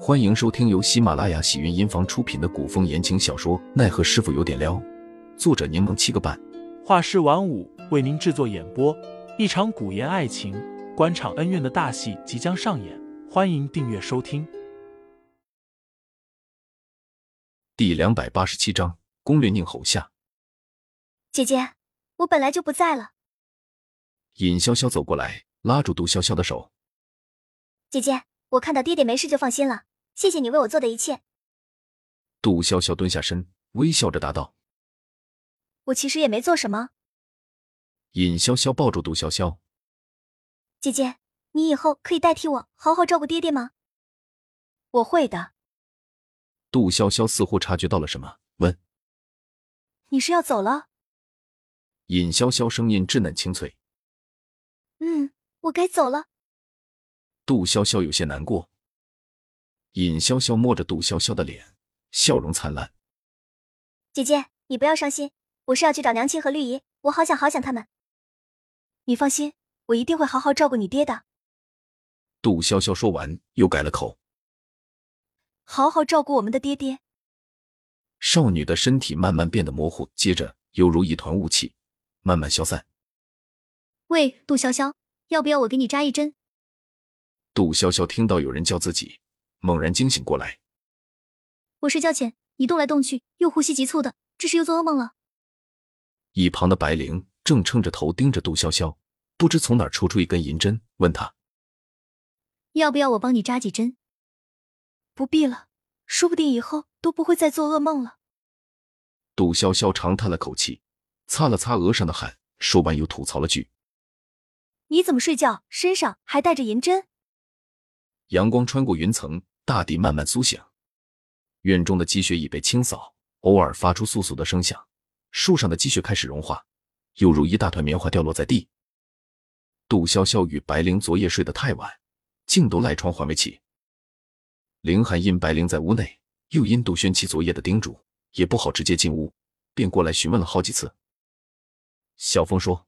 欢迎收听由喜马拉雅喜云音房出品的古风言情小说《奈何师傅有点撩》，作者柠檬七个半，画师晚舞为您制作演播。一场古言爱情、官场恩怨的大戏即将上演，欢迎订阅收听。第两百八十七章，攻略宁侯下。姐姐，我本来就不在了。尹潇潇走过来，拉住杜潇潇的手。姐姐，我看到爹爹没事就放心了，谢谢你为我做的一切。杜潇潇蹲下身，微笑着答道我其实也没做什么。：“尹潇潇抱住杜潇潇。姐姐，你以后可以代替我好好照顾爹爹吗？我会的。”杜潇潇似乎察觉到了什么，问你是要走了？尹潇潇，声音稚嫩清脆。嗯，我该走了。杜潇潇有些难过。尹潇潇摸着杜潇潇的脸，笑容灿烂。姐姐，你不要伤心，我是要去找娘亲和绿姨，我好想好想他们。你放心，我一定会好好照顾你爹的，杜潇潇说完，又改了口。好好照顾我们的爹爹。少女的身体慢慢变得模糊，接着犹如一团雾气，慢慢消散。喂，杜潇潇，要不要我给你扎一针？杜潇潇听到有人叫自己，猛然惊醒过来。我睡觉前一动来动去，又呼吸急促的，这是又做噩梦了。一旁的白灵正撑着头盯着杜潇潇，不知从哪儿抽出一根银针，问她要不要我帮你扎几针？不必了，说不定以后都不会再做噩梦了。杜潇潇长叹了口气，擦了擦额上的汗，说完又吐槽了句你怎么睡觉身上还带着银针？：“阳光穿过云层，大地慢慢苏醒，院中的积雪已被清扫，偶尔发出簌簌的声响。树上的积雪开始融化，又如一大团棉花掉落在地。”杜潇潇与白灵昨夜睡得太晚，竟都赖床还未起。林寒因白灵在屋内，又因杜轩其昨夜的叮嘱，也不好直接进屋，便过来询问了好几次。小峰说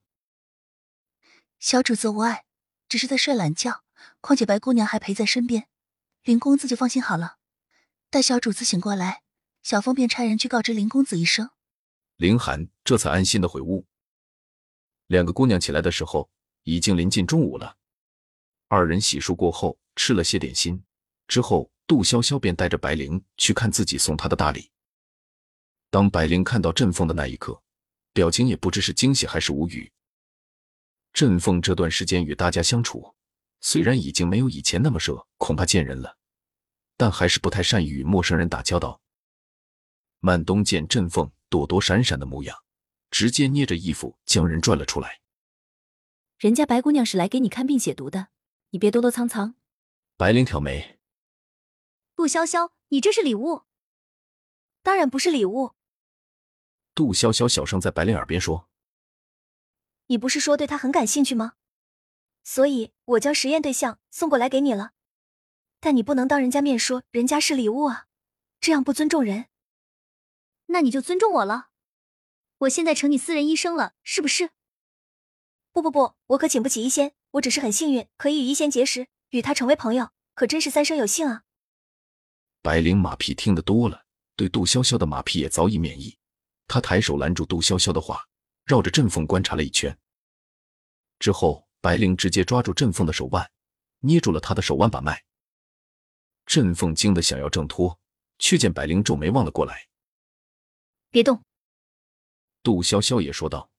小主子无碍，只是在睡懒觉，况且白姑娘还陪在身边，林公子就放心好了。待小主子醒过来，小峰便差人去告知林公子一声。林寒这才安心的回屋。两个姑娘起来的时候，已经临近中午了。二人洗漱过后，吃了些点心，之后杜潇潇便带着白灵去看自己送她的大礼。当白灵看到振凤的那一刻，表情也不知是惊喜还是无语。振凤这段时间与大家相处，虽然已经没有以前那么社，恐怕见人了，但还是不太善于与陌生人打交道。曼东见振凤躲躲闪闪的模样，直接捏着衣服将人拽了出来。人家白姑娘是来给你看病解毒的，你别躲躲藏藏。白灵挑眉，杜潇潇，你这是礼物？当然不是礼物，杜潇潇小声在白灵耳边说你不是说对他很感兴趣吗？所以我将实验对象送过来给你了，但你不能当人家面说人家是礼物啊，这样不尊重人。那你就尊重我了，我现在成你私人医生了，是不是？不不不，我可请不起一仙，我只是很幸运可以与一仙结识，与他成为朋友，可真是三生有幸啊！：“白灵马屁听得多了，对杜潇潇的马屁也早已免疫。”他抬手拦住杜潇潇的话，绕着振凤观察了一圈。之后，白灵直接抓住振凤的手腕，捏住了他的手腕把脉。振凤惊得想要挣脱，却见白灵皱眉望了过来。别动，杜潇潇也说道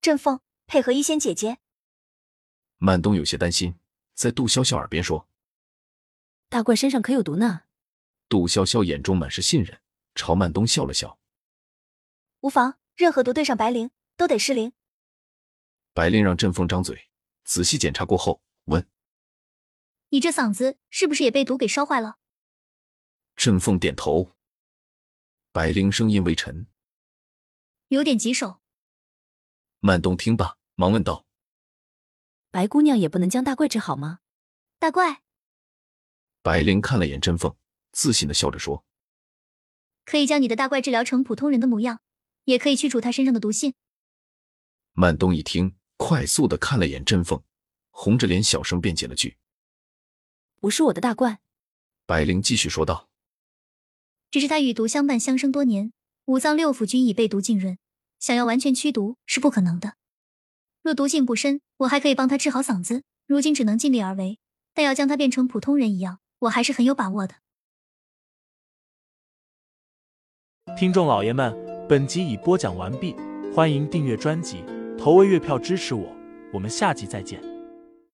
振凤，配合一仙姐姐，：“曼东有些担心，在杜潇潇耳边说。”大怪身上可有毒呢，杜潇潇眼中满是信任，朝曼东笑了笑。无妨，任何毒对上白灵都得失灵。白灵让振凤张嘴，仔细检查过后问你这嗓子是不是也被毒给烧坏了？振凤点头。白灵声音微沉，有点棘手。曼东听罢，忙问道白姑娘也不能将大怪治好吗？大怪，：“白灵看了眼振凤，自信的笑着说可以将你的大怪治疗成普通人的模样，也可以去除他身上的毒性。：‘曼东一听，快速的看了眼振凤，红着脸小声辩解了句。不是我的大怪，百灵继续说道只是它与毒相伴相生多年，五脏六腑均已被毒浸润，想要完全驱毒是不可能的。若毒性不深，我还可以帮他治好嗓子，如今只能尽力而为，但要将他变成普通人一样，我还是很有把握的。听众老爷们，本集已播讲完毕，欢迎订阅专辑，投喂月票支持我，我们下集再见。